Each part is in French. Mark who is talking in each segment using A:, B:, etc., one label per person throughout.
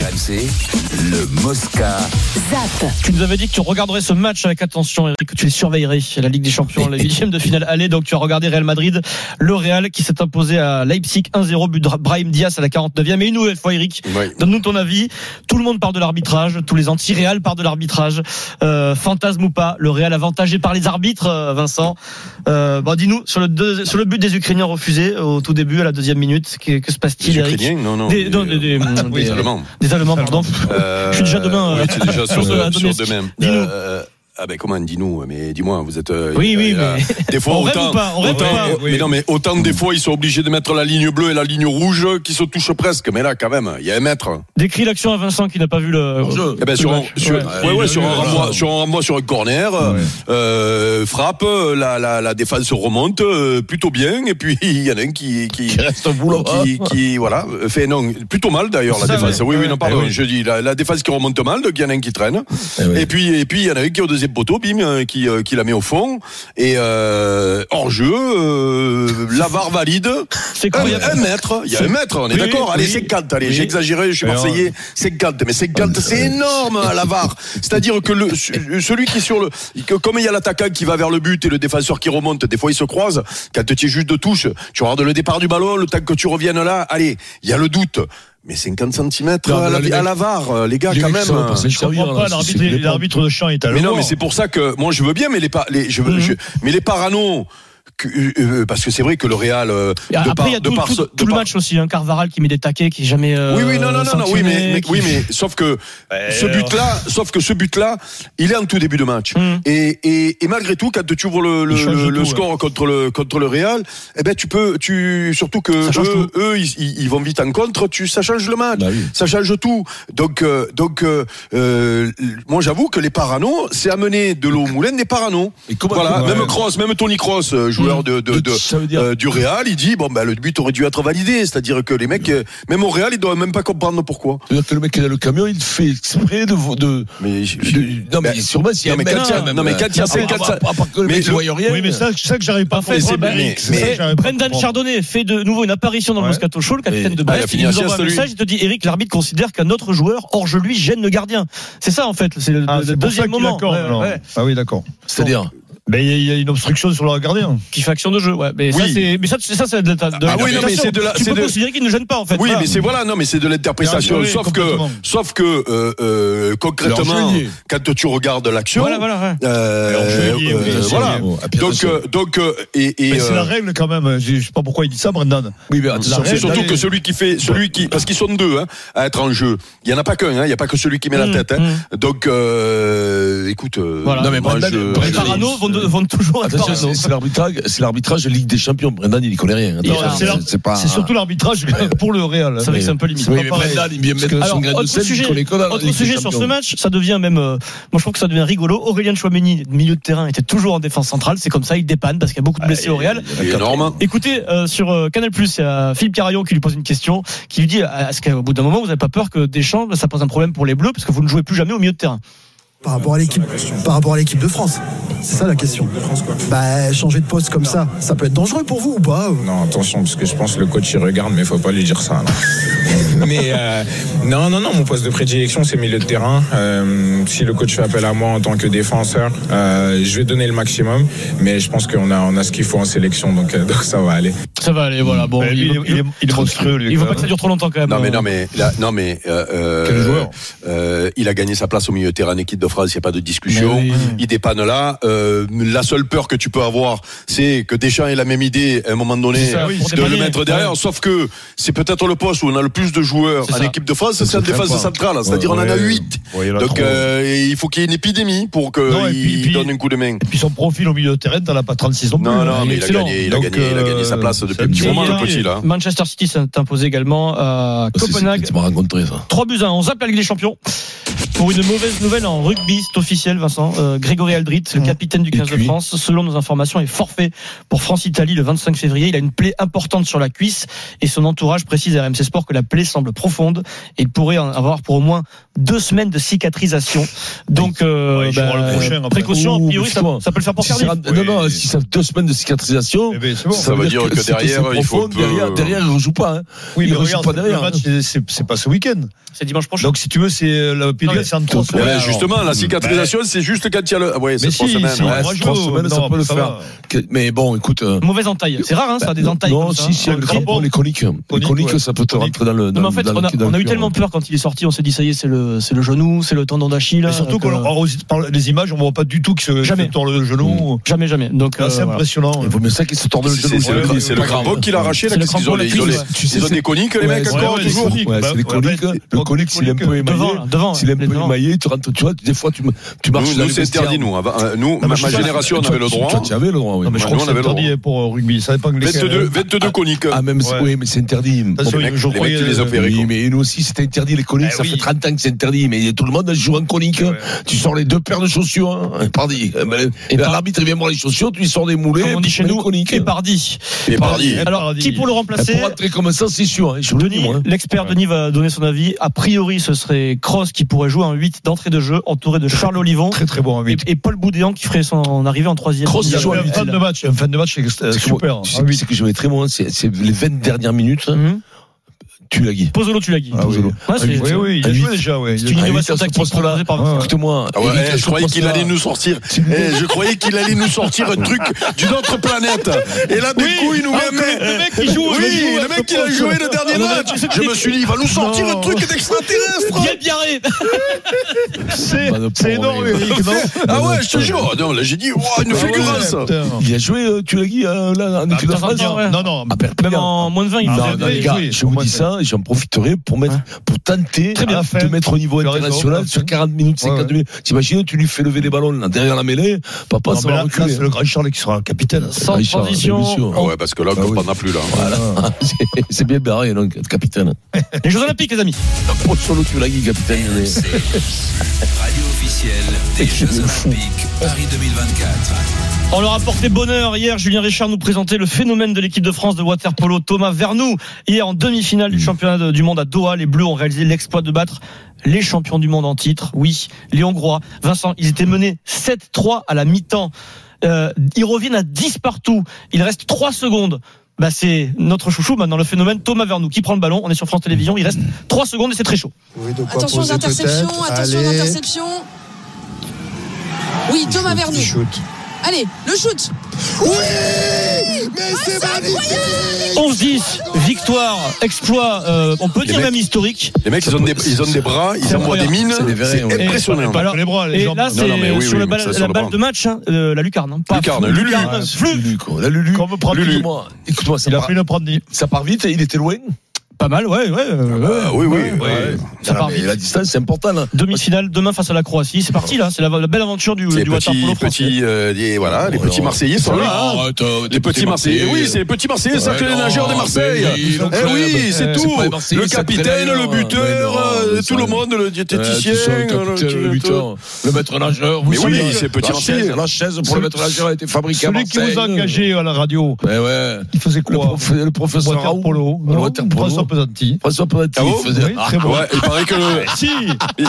A: RMC, le Mosca.
B: ZAP.
C: Tu nous avais dit que tu regarderais ce match avec attention, Eric, que tu les surveillerais. La Ligue des Champions, la huitième de finale allée. Donc, tu as regardé Real Madrid, le Real qui s'est imposé à Leipzig 1-0, but de Brahim Diaz à la 49e. Et une nouvelle fois, Eric,
D: Oui.
C: donne-nous ton avis. Tout le monde part de l'arbitrage, tous les anti-Real partent de l'arbitrage. Euh, fantasme ou pas, le Real avantagé par les arbitres, euh, Vincent. Euh, bon, dis-nous, sur le, deux- sur le but des Ukrainiens refusé euh, au tout début, à la deuxième minute, que, que se passe-t-il,
D: Les
C: Eric
D: Ukrainiens Non, non.
C: Des-
D: les-
C: non, des- des-
D: euh,
C: des-
D: oui, les Allemands.
C: Des Allemands, pardon.
D: Euh,
C: Je suis déjà demain. euh,
D: Oui, c'est déjà sur,
C: sur
D: de-
C: la
D: sur
C: domestique.
D: demain.
C: Dis-nous.
D: Euh, ah ben comment dis-nous mais dis-moi vous êtes euh,
C: Oui, oui,
D: euh,
C: mais-
D: des fois
C: On rêve
D: autant
C: ou pas On rêve ou
D: autant-
C: pas
D: mais non mais autant des fois ils sont obligés de mettre la ligne bleue et la ligne rouge qui se touchent presque mais là quand même il y a un mètre
C: Décris l'action à Vincent qui n'a pas vu le.
D: Eh ben,
C: le
D: sur, un,
C: match.
D: sur,
C: Ouais.
D: ouais, ouais, sur, un renvoi, sur un renvoi sur un corner, euh, euh, frappe, euh, la, la, la défense remonte euh, plutôt bien, et puis il y en a un qui, qui,
E: reste au boulot.
D: qui, qui, voilà, fait non, plutôt mal d'ailleurs la
C: C'est ça,
D: défense.
C: ouais.
D: Oui, oui,
C: Ouais.
D: non, pardon,
E: Eh oui.
D: je dis la, la défense qui remonte mal, donc il y en a un qui traîne,
E: Eh oui.
D: et puis et puis il y en a un qui est au deuxième poteau, bim, euh, qui, euh, qui la met au fond, et euh, hors jeu, euh, l'avare valide.
C: C'est
D: Un,
C: incroyable.
D: un mètre, il y a un mètre, on est
C: Oui,
D: d'accord.
C: oui,
D: allez,
C: oui.
D: 50, allez,
C: Oui.
D: j'ai exagéré, je suis Marseillais, 50, mais 50, c'est énorme à la VAR. C'est-à-dire que le, ce- celui qui est sur le. que comme il y a l'attaquant qui va vers le but et le défenseur qui remonte, des fois ils se croisent, quand tu es juste de touche, tu regardes le départ du ballon, le temps que tu reviennes là, allez, il y a le doute. Mais 50 cm
E: Non, mais
D: à,
E: là,
D: la,
E: les
D: à
E: mecs-
D: la VAR, euh, les gars,
E: Les
D: quand
E: mecs
D: même. hein.
E: sont passés
C: Je comprends pas, l'arbitre, l'arbitre de champ est à Mhm.
D: Mais non,
C: l'heure.
D: mais c'est pour ça que moi je veux bien, mais les, pa- les, je veux, je- mais les paranos. que- euh, parce que c'est vrai que le Real, euh,
C: Et
D: de
C: Après,
D: par-
C: il y a
D: de
C: tout,
D: par
C: tout-
D: ce- de
C: tout le
D: par-
C: match aussi, hein, Carvaral qui met des taquets, qui est jamais. euh,
D: oui, oui, non, non, non, non, oui, mais,
C: sanctionné,
D: mais-
C: qui-
D: oui, mais sauf que ce but-là, sauf que ce but-là, il est en tout début de match.
C: Mm.
D: Et, et, et malgré tout, quand tu ouvres le, le,
C: Il change
D: le-
C: de
D: le
C: tout, hein.
D: score contre le contre le Real, eh ben tu peux, tu surtout que
C: Ça change
D: eux, eux, ils, ils- ils vont vite en contre. Tu, ça change le match,
E: Bah oui.
D: ça change tout. Donc euh, donc euh, euh, moi j'avoue que les paranos, c'est amener de l'eau au moulin des paranos.
E: Et comment-
D: Voilà,
E: comment-
D: même
E: ouais.
D: Cross, même Tony Cross, euh,
C: Hum.
D: joueur de, de,
E: De-
D: de-
E: ça veut dire-
D: euh, du Real, il dit bon ben le but aurait dû être validé, c'est-à-dire que les mecs, euh, même au Real, ils doivent même pas comprendre pourquoi.
E: C'est-à-dire que le mec qui est dans le camion, il fait exprès de. vo- de,
D: Mais je- je-
E: de- non, mais
D: Ben,
E: sûrement, s'il y a
D: non, mais
E: un mec-
D: quand il y a-
E: même,
D: non, mais quand il y a
E: à part-
D: 50,
E: à part- à part que le
D: mais
E: mec ne
D: le-
E: voit rien.
C: Oui, mais ça, c'est ça que j'arrive pas à
D: Mais c'est-
C: comprendre.
D: mais-
C: Eric.
D: mais-
C: C'est- Brendan Chardonnay fait de nouveau une apparition dans le
E: Ouais.
C: Moscato Show, le capitaine
E: Oui.
C: de
D: Ah, il a
C: Brest.
D: fini
C: il
D: la
C: nous envoie
D: sieste,
C: un
D: lui.
C: message, il te dit Eric, l'arbitre considère qu'un autre joueur, hors jeu lui, gêne le gardien. C'est ça, en fait, c'est le,
F: Ah,
C: le
F: c'est pour ça
C: deuxième
F: qu'il
C: moment.
F: accorde,
C: Ouais,
F: alors.
C: ouais.
F: Ah oui, d'accord.
E: C'est-à-dire.
F: Mais il y a- il y, a une obstruction sur le gardien.
C: Qui fait action de jeu, ouais. Mais ça,
D: Oui.
C: c'est, mais ça, c'est- ça, c'est de la, de
D: Ah oui, non, mais c'est de la-
C: Tu
D: c'est
C: peux
D: de-
C: considérer qu'il ne gêne pas, en fait.
D: Oui,
C: Voilà.
D: mais c'est voilà, non, mais c'est de l'interprétation.
F: Oui,
D: sauf que,
F: complètement.
D: sauf que euh, euh, concrètement,
E: Alors, je l'ai.
D: quand tu regardes l'action,
C: Voilà, voilà, ouais.
D: euh,
F: Alors, je l'ai,
D: euh,
F: oui, je l'ai.
D: voilà.
E: Bon, ah, puis
D: Donc,
E: attention.
D: euh, donc, euh, et, et,
F: Mais c'est
D: euh,
F: la règle quand même. Je, je sais pas pourquoi il dit ça, Brendan.
E: Oui, mais
F: la
E: attention.
D: c'est
F: règle,
D: surtout
F: allez.
D: que celui qui fait, celui qui, parce qu'ils sont deux hein, à être en jeu. Il y en a pas qu'un. hein, Il y a pas que celui qui met la
C: Mmh,
D: tête. hein. Donc, euh, écoute, euh,
C: Voilà.
E: Non, mais
D: moi,
E: Brendan-
D: je-
C: Les
E: Brendan-
C: parano vont, de- vont toujours être
E: Attention,
C: parano.
E: c'est- c'est l'arbitrage, c'est l'arbitrage de Ligue des Champions. Brendan, il y connaît rien.
C: Non,
E: Attention,
C: c'est
F: l'ar-
E: pas.
F: C'est surtout l'arbitrage pour le Real.
C: C'est vrai que c'est un peu limite.
E: Oui,
C: Pas
E: mais
C: pareil.
E: Brendan, il vient
C: Parce que-
E: mettre son
C: Alors,
E: grain de
C: autre
E: sel,
C: sujet,
E: il connaît quoi dans la
C: autre
E: Ligue des
C: sujet sur
E: Champions.
C: ce match, ça devient même. euh, moi, je trouve que ça devient rigolo. Aurélien Chouameni, milieu de terrain, était toujours en défense centrale. C'est comme ça, il dépanne parce qu'il y a beaucoup de blessés au Real.
D: C'est énorme.
C: Écoutez, euh, sur euh, Canal Plus, il y a Philippe Carayon qui lui pose une question, qui lui dit euh, Est-ce qu'au bout d'un moment, vous n'avez pas peur que Deschamps, ça pose un problème pour les Bleus parce que vous ne jouez plus jamais au milieu de terrain
G: Par rapport à l'équipe, par rapport à l'équipe de France, c'est ça la question. Bah, changer de poste comme ça, ça peut être dangereux pour vous ou pas euh?
H: Non, attention, parce que je pense que le coach il regarde, mais faut pas lui dire ça. non. mais euh, non, non, non, mon poste de prédilection c'est milieu de terrain. Euh, si le coach fait appel à moi en tant que défenseur, euh, je vais donner le maximum, mais je pense qu'on a, on a ce qu'il faut en sélection, donc, euh, donc ça va aller.
C: Ça va aller, voilà. Bon,
F: Mais Bah, lui, il est- il est- il est monstrueux, lui,
C: Il ne faut
F: quand
C: pas que ça
F: même.
C: dure trop longtemps, quand même.
D: Non mais non mais là, non mais euh, euh,
F: Ah bah Quel joueur
D: euh, il a gagné sa place au milieu de terrain en équipe de de France, il n'y a pas de discussion.
F: Mais oui.
D: Il dépanne là. Euh, la seule peur que tu peux avoir, c'est que Deschamps ait la même idée à un moment donné
F: C'est ça, oui,
D: de
F: c'est
D: le
F: pas
D: mettre
F: bien.
D: derrière.
F: Ouais.
D: Sauf que c'est peut-être le poste où on a le plus de joueurs
F: C'est
D: en
F: ça.
D: équipe de France, c'est
E: C'est
D: en
E: très
D: défense
E: fort.
D: centrale. C'est-à-dire
E: Ouais,
D: on en a
E: ouais.
D: huit.
E: Ouais, il y en a
D: Donc
E: trop.
D: euh, et il faut qu'il y ait une épidémie pour
F: Non, et puis-
D: qu'il
F: puis-
D: donne un coup de main.
F: Et puis son profil au milieu de terrain, t'en as pas 36 non plus.
D: Non,
F: hein,
D: non, mais il a
F: excellent.
D: gagné, il a
F: Donc,
D: gagné, il a gagné sa
F: euh,
D: place depuis
F: c'est
D: un petit
C: Et
D: moment,
C: il
D: le
C: a-
D: petit, là.
C: Manchester City s'est imposé également à
E: Oh, C'est- c'est-
C: Copenhague.
E: Tu m'as rencontré, ça.
C: 3 buts à 1. On zappe la Ligue des Champions. Pour une mauvaise nouvelle en rugby, c'est officiel, Vincent. Euh, Grégory Aldrit,
E: Mmh.
C: le capitaine du
E: Il est
C: 15 de
E: cuit.
C: France, selon nos informations, est forfait pour France-Italie le 25 février. Il a une plaie importante sur la cuisse et son entourage précise à RMC Sport que la plaie semble profonde et il pourrait en avoir pour au moins deux semaines de cicatrisation. Donc, euh,
F: Ouais, il jouera
C: bah,
F: le prochain, après.
C: précaution,
E: Ouh,
C: a priori, ça,
E: putain.
C: ça peut le faire pour
E: Si
C: Cardiff.
E: c'est- Non, non, si ça deux semaines de cicatrisation.
F: Eh ben, c'est bon.
D: Ça veut dire que
E: c'est-
D: derrière,
E: c'est
D: il faut
E: profond,
D: que-
E: derrière, derrière, il rejoue pas. hein.
F: Oui,
E: il
F: mais
E: rejoue
F: regarde,
E: pas derrière,
F: le match,
E: hein.
F: c'est- c'est c'est pas ce week-end.
C: C'est dimanche prochain.
F: Donc, si tu veux, c'est euh, la
C: mais-
F: période, c'est en trois
D: Eh ben,
F: semaines.
D: justement, la cicatrisation, c'est juste quand il y a le. Ouais, c'est
F: Mais
D: trois
F: si,
D: semaines.
F: si,
D: ouais.
F: on
E: Ouais,
F: va
E: trois
F: jouer au-
E: semaines, ça
F: non,
E: peut le
F: ça
E: faire.
F: va.
E: Que- Mais bon, écoute. euh,
C: Mauvaise entaille. C'est rare, hein, ça,
E: bah,
C: des entailles.
E: Non,
C: comme ça, hein.
E: si, si, avec
C: Grand-
E: les chroniques. Les
F: ouais.
E: chroniques, ça peut te
F: Chronique.
E: rentrer dans le.
C: Non, mais en
E: dans-
C: fait,
E: dans le-
C: on a,
E: dans le
C: on a eu
E: cœur,
C: tellement
E: ouais.
C: peur quand il est sorti, on s'est dit ça y est, c'est le, c'est le genou, c'est le tendon d'Achille.
F: Et surtout
C: Donc,
F: qu'on
C: euh,
F: leur- on- par les images, on voit pas du tout que se
C: Jamais.
F: se tord le genou.
C: jamais, jamais.
E: Ah,
C: Donc,
F: Là,
C: euh,
F: C'est
C: voilà.
F: impressionnant.
E: hein. Il vaut mieux ça qu'il se tord le
D: C'est
E: genou.
D: c'est- c'est
F: Ouais,
D: le, c'est le
F: ouais,
D: crampon
E: ouais.
D: qu'il a arraché, là,
C: C'est le
D: qu'est-ce qu'ils
C: crampon,
D: ont,
C: la
D: les- ils ont,
C: cuisse,
D: les-
C: ouais.
E: Tu sais,
D: ils ont
E: c'est-
D: des coniques, les mecs,
E: Ouais,
D: encore,
F: ouais,
D: toujours.
F: chroniques,
E: Ouais,
F: bah,
E: c'est les
F: ouais,
E: chroniques.
F: bah,
E: Le chronique, s'il est un peu émaillé.
C: devant, là, devant.
E: S'il est un peu
C: devant.
E: émaillé, tu rentres, tu vois, des fois, tu, tu marches
D: Nous,
E: dans
D: nous,
E: les
D: c'est
E: vestiaires.
D: interdit, nous. avant- euh, Nous, ma
F: mais
D: ma
F: je sais pas,
D: génération, on
E: Toi,
D: avait le
E: tu-
D: droit.
E: toi, Tu avais le droit, oui.
F: Non, mais je
D: Ouais,
F: crois
D: nous,
F: que
D: on avait
F: c'est
D: le
F: interdit pour euh, rugby. Ça dépend que les
D: 22, 22
E: Ah,
D: coniques.
E: Ah, même,
F: Ouais.
E: oui, mais c'est interdit.
F: Attention,
D: Les mecs-
F: je
D: les mecs,
F: croyais,
D: ils les ont
F: euh,
D: fait.
E: Oui,
D: Perico.
E: mais nous aussi, c'était interdit les
D: Bah
E: coniques.
F: Eh
E: ça
F: oui.
E: fait 30 ans que c'est interdit. Mais tout le monde joue en conique.
F: Ouais.
E: Tu sors les deux paires de chaussures. hein. Pardon. Eh ben, L'arbitre il vient voir les chaussures, tu lui sors des moulets.
C: Comme on dit
E: puis tu
C: chez
E: mets les
C: nous,
E: coniques.
C: et pardi.
D: Et pardi.
C: Alors, qui pour le
E: Eh,
C: remplacer
E: Pour rentrer comme ça, c'est sûr. hein. Je vous le dis,
C: Denis,
E: moi. hein.
C: l'expert Denis va donner son avis. A priori, ce serait Cross qui pourrait jouer en 8 d'entrée de jeu, entouré de Charles Olivon
F: Très très bon en
C: et,
F: 8.
C: et Paul Boudéan qui ferait son arrivée en troisième.
E: Kroos,
C: Il a
E: il joue
C: joué
E: à
C: en
F: Un
E: huit.
F: fin
C: huit,
F: de
C: là.
F: match, un fin de match euh,
E: C'est que moi-
F: super.
E: tu
F: Ah
E: sais-
F: oui.
E: C'est que je vais très loin. C'est c'est les 20 dernières minutes. hein.
C: Mhm.
E: Tu l'as dit.
C: Pozzolo, tu l'as dit.
E: Ah oui.
C: Pozzolo. Ouais,
E: Ah,
C: c'est-
E: oui,
F: Oui, oui, il
E: Un
F: a
E: huit.
F: joué déjà. ouais.
C: C'est une
E: Ah,
C: innovation
E: Elite à ce
C: tactique
E: poste-là.
C: proposée par
F: Ah,
C: Vincent.
E: Écoute-moi.
D: Ah ouais,
E: Elite à
D: eh,
E: ce
D: je croyais qu'il
E: poste-là.
D: allait nous sortir. Eh, je croyais qu'il allait nous sortir un truc d'une autre planète. Et là, du coup, il nous met.
C: Le mec qui joue,
D: oui, le mec, il a joué le dernier match. Je me suis dit, il va nous sortir
F: Non.
D: un truc d'extraterrestre.
C: Bien biarré
F: C'est
E: Bah, de
F: c'est
E: pour
F: énorme,
E: rien.
F: Eric, non
D: Ah ouais, je te jure. Non, là, j'ai dit, ouah, une
F: Ah ouais,
D: fulgurance.
F: putain.
E: Il a joué, euh, tu l'as dit, euh, là, en
F: Ah,
E: équipe de
F: putain,
E: France.
C: Perpignan, Bah, ouais.
F: Non, non,
E: Ah, Perpignan.
C: Même en moins de 20, il
F: Ah,
C: faisait
E: Non,
F: vous
E: non,
F: avez
E: les gars,
F: joué.
E: je vous dis ça et j'en profiterai pour mettre,
C: Ouais.
E: pour tenter
F: Très bien.
E: à la fin
F: Fait.
E: de mettre au niveau
F: Tu as raison,
E: international
F: merci.
E: sur 40 minutes,
F: Ouais,
E: 50
F: ouais.
E: minutes. T'imagines, tu lui fais lever les ballons là, derrière la mêlée, papa,
F: Non,
E: ça
F: mais
E: va
F: là, là,
E: reculer.
F: c'est le grand Charles qui sera capitaine.
C: Sans
E: Richard,
C: transition.
E: bien sûr.
D: Ah ouais, parce que là,
E: Bah
D: on
E: oui.
D: n'en a plus, là.
E: Voilà. C'est- C'est bien barré, donc, capitaine.
C: Les Jeux Olympiques, les amis.
E: Pas solo, tu l'as dit, capitaine.
A: RMC, radio officielle des
E: Et c'est
A: Jeux
E: le fou.
A: Olympiques Paris 2024.
C: On leur a porté bonheur hier. Julien Richard nous présentait le phénomène de l'équipe de France de waterpolo. Thomas Vernou, hier en demi-finale du championnat de- du monde à Doha, les Bleus ont réalisé l'exploit de battre les champions du monde en titre. Oui, les Hongrois. Vincent, ils étaient menés 7-3 à la mi-temps. Euh, ils reviennent à 10 partout. Il reste 3 secondes. Bah, c'est notre chouchou maintenant, le phénomène Thomas Vernou qui prend le ballon. On est sur France Télévisions. Il reste 3 secondes et c'est très chaud.
G: Attention aux interceptions, attention aux interceptions.
I: Oui, Thomas Vernier. Allez, le shoot.
C: 11-10, victoire, exploit, euh, on peut dire
D: mecs-
C: même historique.
D: Les mecs, ils ont des, ils ont des bras, ils envoient des mines.
E: C'est des vrais,
D: C'est
E: ouais.
D: impressionnant.
C: Alors,
F: les bras, les
C: Et
F: jambes.
C: là, c'est
D: non, mais oui,
C: sur
D: oui,
C: le balle-
D: ça, sur
C: la
D: le
C: balle
D: bras.
C: de match, hein, euh, la lucarne. hein. Pas
D: Lucarne,
C: fou,
D: Lulu.
C: lucarne, flux.
E: Lulu, quoi. La Lulu.
F: Quand on veut prendre
E: Lulu.
F: Lulu.
E: Écoute-moi, écoute-moi, ça,
F: Il a
E: part-
F: pris le prendre
E: ça part vite et il était loin.
C: Pas mal, ouais, ouais. euh, ouais.
D: Ah, oui, oui. ouais.
C: Ça
E: Ah,
C: part
E: mais
C: vite.
E: La distance, c'est important, là.
C: Demi-finale demain face à la Croatie. C'est parti là, c'est la, la belle aventure du,
D: C'est
C: du waterpolo
D: petits,
C: français.
D: petits, euh, des- voilà, les
E: Oh,
D: petits
E: non.
D: Marseillais sont là. hein.
E: Arrête, euh,
D: Les petits Marseillais. Oui, c'est les petits Marseillais, cercle des
E: non,
D: nageurs de
E: mais
D: Marseille.
E: oui,
D: Eh
E: donc, euh,
D: oui, c'est
E: euh,
D: tout.
E: c'est pas les Marseillais,
D: Le
E: c'est le
D: capitaine, le
E: entraîneur.
D: buteur,
E: Mais non,
D: euh,
E: mais
D: tout
E: ça-
D: le monde, le diététicien.
E: Euh, tu sens le
D: euh,
E: capitaine,
D: tout-
E: le buteur, le maître nageur. vous
D: Mais oui,
E: savez,
D: c'est petit
E: la chaise,
D: Marseille.
E: La chaise pour le maître nageur a été fabriquée à
F: Celui qui
E: Marseille.
F: vous a engagé à la radio,
E: Ouais, ouais.
F: il faisait
E: Le,
F: quoi
E: prof- le professeur Raoult.
F: Waterpolo.
E: Le
F: non
E: waterpolo.
F: François Pesanti.
E: François Pesanti,
D: Ah bon
E: il faisait. Ah.
F: Oui, très bon.
D: Ouais, il paraît que le-
F: Si
D: il, il-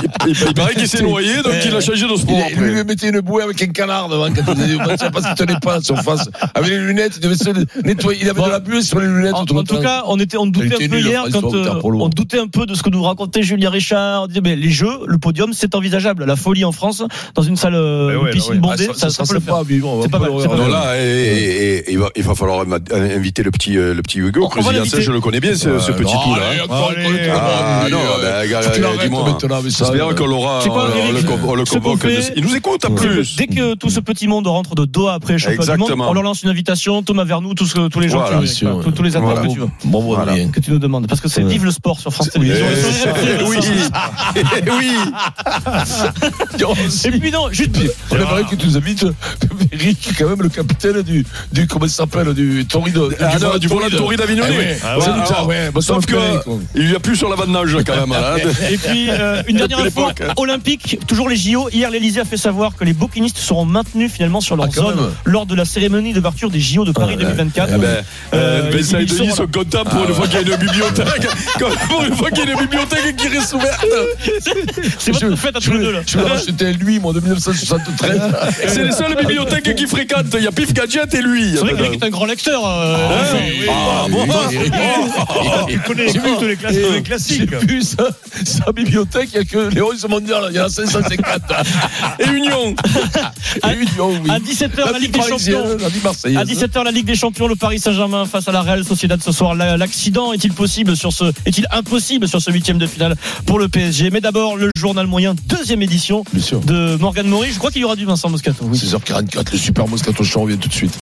D: il paraît qu'il s'est noyé, donc il a changé de
E: Il,
D: sport
E: il lui
D: après.
E: mettait une bouée avec un canard devant quand il était parce qu'il tenait pas sur face. Avec les lunettes, il devait se nettoyer. Il avait de la buée sur les lunettes.
C: En,
E: tout le
C: en tout
E: temps. Ah
C: cas, on était, on
E: Elle
C: doutait
E: était
C: un peu
E: nulle,
C: hier
E: François
C: quand euh,
D: hein.
E: Waterpolo.
C: on doutait un peu de ce que nous racontait Julien Richard. On disait mais les Jeux, le podium, c'est envisageable. La folie en France dans une salle, euh,
F: Mais
C: une
F: ouais,
C: piscine
F: ouais.
C: bondée,
E: Ah,
C: ça, ça, peut le
E: serait
C: faire.
E: pas vivant, on
C: C'est
E: peut
C: pas mal,
E: le
C: c'est pas
E: regarder.
D: Non là, eh, eh, eh, il va, il va falloir inv- inviter le petit, euh, le petit Hugo
C: On va
D: Cruzillan,
C: l'inviter.
D: ça, je le connais bien, ce,
E: Ouais,
D: ce
E: non,
D: petit
E: Oh,
D: coup là.
E: allez, encore une fois, tout le monde,
D: Ah
E: mais,
D: non,
E: euh,
D: bah, gars,
E: faut qu'il arrête
D: dis-moi.
E: maintenant, mais ça,
D: J'espère
E: euh,
D: qu'on l'aura.
E: C'est quoi,
D: on- on
E: Eric,
D: le con- On le
C: ce qu'on
D: convoque.
C: fait,
D: de- Il nous écoute en
C: c'est que
D: plus.
C: Dès que tout ce petit monde rentre de Doha après le championnat du monde,
D: Exactement.
C: on leur lance une invitation, Thomas Vernou, tous, tous les gens que
D: Voilà,
C: tu veux,
D: bien sûr,
C: quoi, tous, tous les athlètes
D: Voilà.
C: que tu veux.
E: Bon, bon,
D: Voilà.
E: bien.
C: Que tu nous demandes. Parce que c'est vive le sport sur France
D: Eh,
C: Télévisions.
D: c'est- Oui, Eh oui.
C: Et puis non, juste.
E: On aimerait que tu nous invites, Eric, qui est quand même le capitaine du, du comment il s'appelle, du Torino.
D: Ah non, du volant Touré d'Avignon.
E: Ah ouais,
D: Ah ouais,
E: c'est
D: alors,
E: ça, ouais. Bah,
D: Sauf
E: ça me plaît, quoi.
D: qu'il y a plus sur la vanne nage quand même. là. Eh
C: Et puis, euh, une dernière
D: Depuis
C: info
D: l'époque.
C: olympique, toujours les JO. Hier, l'Elysée a fait savoir que les bouquinistes seront maintenus finalement sur leur
E: Ah, quand
C: zone
E: même.
C: lors de la cérémonie d'ouverture des JO de Paris 2024.
D: Eh ben,
C: Euh,
D: ben, ça
C: ils
D: et Denis
C: sont-
D: sont contents pour
E: Ah.
D: une fois qu'il y a une bibliothèque. Comme pour une fois qu'il y a une bibliothèque qui reste ouverte.
C: C'est votre fête à tous les deux là.
E: Je l'ai racheté à lui, moi, de 1973.
D: C'est les seules bibliothèques qui fréquentent. Il y a Pif Gadget et lui.
C: C'est vrai que Eric est un grand lecteur. euh,
D: Ah,
C: Vincent.
D: oui. Ah, bon.
E: Ah, Oh.
C: Il connaît
E: J'ai vu
C: tous les classes- tous les classiques.
E: Ah. J'ai vu sa, sa bibliothèque, il n'y a que les Russes mondiales, il y en a 554.
D: Et Union.
E: Et Union, oui.
C: À 17h, la Ligue des
E: Parisienne,
C: Champions.
E: La vie marseillaise.
C: À 17h, la Ligue des Champions, le Paris Saint-Germain face à la Real Sociedad ce soir. La- L'accident est-il possible sur ce, est-il impossible sur ce huitième de finale pour le PSG? Mais d'abord, le journal moyen, deuxième édition
E: Bien sûr.
C: de Morgan Mori. Je crois qu'il y aura du Vincent Moscato. oui.
E: 16h44, le super Moscato Show, on revient tout de suite.